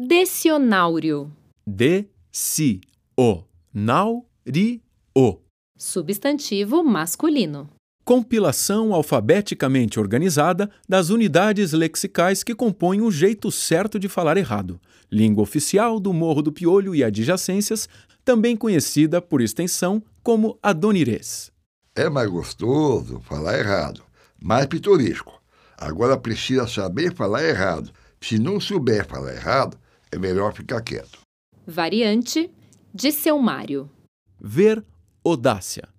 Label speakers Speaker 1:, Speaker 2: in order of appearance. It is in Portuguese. Speaker 1: Decionário.
Speaker 2: De, si, o, nau, ri, o.
Speaker 1: Substantivo masculino.
Speaker 2: Compilação alfabeticamente organizada das unidades lexicais que compõem o jeito certo de falar errado. Língua oficial do Morro do Piolho e adjacências, também conhecida por extensão como adonirês.
Speaker 3: É mais gostoso falar errado, mais pitoresco. Agora precisa saber falar errado. Se não souber falar errado, é melhor ficar quieto.
Speaker 1: Variante: Disselmário.
Speaker 2: Ver, audácia.